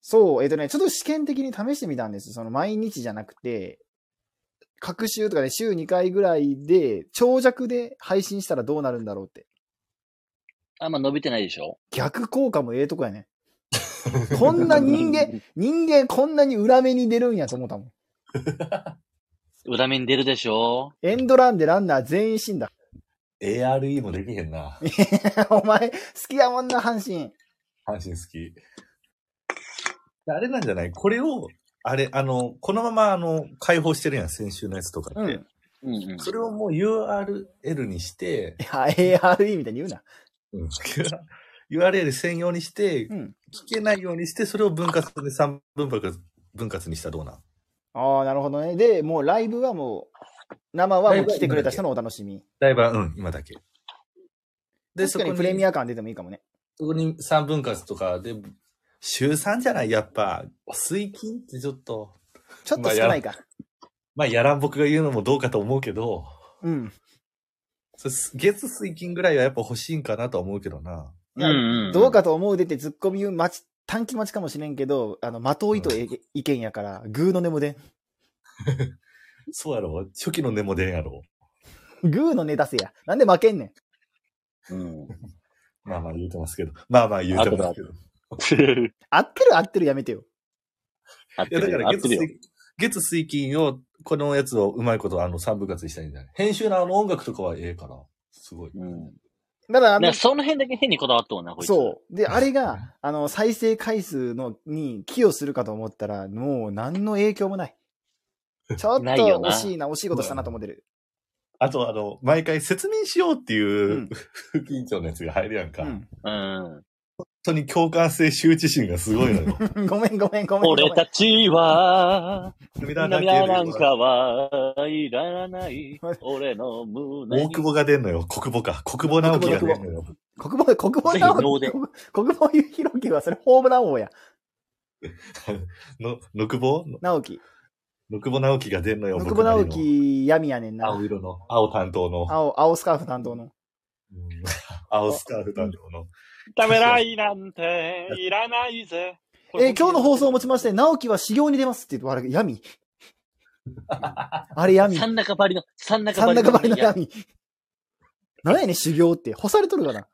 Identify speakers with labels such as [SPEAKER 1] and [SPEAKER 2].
[SPEAKER 1] そう、えっ、とね、ちょっと試験的に試してみたんです。その毎日じゃなくて、各週とかで、ね、週2回ぐらいで、長尺で配信したらどうなるんだろうって。
[SPEAKER 2] あんま伸びてないでしょ
[SPEAKER 1] 逆効果もええとこやね。こんな人 間、人間こんなに裏目に出るんやと思ったもん。
[SPEAKER 2] 裏面に出るでしょ
[SPEAKER 1] エンドランでランナー全員死んだ。
[SPEAKER 3] ARE もできへんな。
[SPEAKER 1] お前、好きやもんな、阪神。
[SPEAKER 3] 阪神好き。あれなんじゃないこれを、あれ、あの、このまま、あの、解放してるやん、先週のやつとか
[SPEAKER 1] う
[SPEAKER 3] って。
[SPEAKER 1] ん。
[SPEAKER 2] うんうん。
[SPEAKER 3] それをもう URL にして、
[SPEAKER 1] いや、ARE みたいに言うな。
[SPEAKER 3] URL 専用にして、
[SPEAKER 1] うん。
[SPEAKER 3] 聞けないようにして、それを分割で3分割、分割にしたらどうなん
[SPEAKER 1] ああ、なるほどね。で、もうライブはもう、生はも
[SPEAKER 3] ライ
[SPEAKER 1] う
[SPEAKER 3] ブは
[SPEAKER 1] 来てくれた人のお楽しみ。
[SPEAKER 3] だいぶ、うん、今だけ。で、
[SPEAKER 1] 確か
[SPEAKER 3] そこ
[SPEAKER 1] に
[SPEAKER 3] に
[SPEAKER 1] プレミア感出てもいいかもね。
[SPEAKER 3] そこに3分割とかで、週3じゃないやっぱ、水金ってちょっと、
[SPEAKER 1] ちょっと少ないか。
[SPEAKER 3] まあ、やらん僕が言うのもどうかと思うけど、
[SPEAKER 1] うん。
[SPEAKER 3] そ月水金ぐらいはやっぱ欲しいんかなとは思うけどな。
[SPEAKER 1] いや
[SPEAKER 2] んん
[SPEAKER 1] どうかと思うでって突っ込み待ち、短期待ちかもしれんけど、あの、的をとえ意見やから、グーの根もで。
[SPEAKER 3] そうやろ初期の根も出んやろ
[SPEAKER 1] グーの根出せや。なんで負けんねん。
[SPEAKER 2] うん。
[SPEAKER 3] まあまあ言うてますけど。まあまあ言うてますけど。い
[SPEAKER 1] 合ってる合ってるやめてよ。
[SPEAKER 2] 合って
[SPEAKER 3] やだ
[SPEAKER 2] る
[SPEAKER 3] か
[SPEAKER 2] よ、合
[SPEAKER 3] ら
[SPEAKER 2] っ
[SPEAKER 3] 月
[SPEAKER 2] てるよ。
[SPEAKER 3] 水月水金を、このやつをうまいことあの3分割にしたいんじゃない編集のあの音楽とかはええから。すごい。
[SPEAKER 2] うん。
[SPEAKER 1] だから、あ
[SPEAKER 2] な
[SPEAKER 1] の
[SPEAKER 2] んか、その辺だけ変にこだわっとんな、こいつ。
[SPEAKER 1] そう。で、あれが、あの、再生回数の、に寄与するかと思ったら、もう何の影響もない。ちょっと
[SPEAKER 2] ないよな
[SPEAKER 1] 惜しいな、惜しいことしたなと思ってる。
[SPEAKER 3] あとあの、毎回説明しようって
[SPEAKER 1] う
[SPEAKER 3] い
[SPEAKER 1] ん
[SPEAKER 3] う、不緊張のやつが入るやんか。
[SPEAKER 1] う
[SPEAKER 3] 本
[SPEAKER 1] ん。
[SPEAKER 2] うん。
[SPEAKER 3] 当に共感性羞恥心がすごいの よ。
[SPEAKER 1] ごめんごめんごめんごめん。
[SPEAKER 2] 俺たちは、
[SPEAKER 3] 涙だけ
[SPEAKER 2] 涙なん
[SPEAKER 3] で。
[SPEAKER 2] かはいらない、俺の胸に。
[SPEAKER 3] 大久保が出んのよ。国母か。国母直樹が出んのよ。
[SPEAKER 1] 国防、国防
[SPEAKER 2] ぜひ
[SPEAKER 1] 直樹
[SPEAKER 2] 能で
[SPEAKER 1] 国国防 広樹はそれホームラン王や。
[SPEAKER 3] の、のくぼの
[SPEAKER 1] 直樹。
[SPEAKER 3] のくぼ直樹が出んのよ。
[SPEAKER 1] 国
[SPEAKER 3] 僕
[SPEAKER 1] 防
[SPEAKER 3] なり
[SPEAKER 1] 直
[SPEAKER 3] の
[SPEAKER 1] 樹闇やねんな
[SPEAKER 3] 青。色の、青担当の、
[SPEAKER 1] 青、青スカーフ担当の。
[SPEAKER 3] うん青スカーフ担当の。
[SPEAKER 2] 食べないなんて、いらないぜ。
[SPEAKER 1] えー今日の放送をもちまして、直樹は修行に出ますって言うと、あれ、 闇。あれ闇。
[SPEAKER 2] 三中ばりの、三中
[SPEAKER 1] 三
[SPEAKER 2] ばり
[SPEAKER 1] 中
[SPEAKER 2] の。
[SPEAKER 1] 張りの闇。なんやねん、修行って。干されとるかな。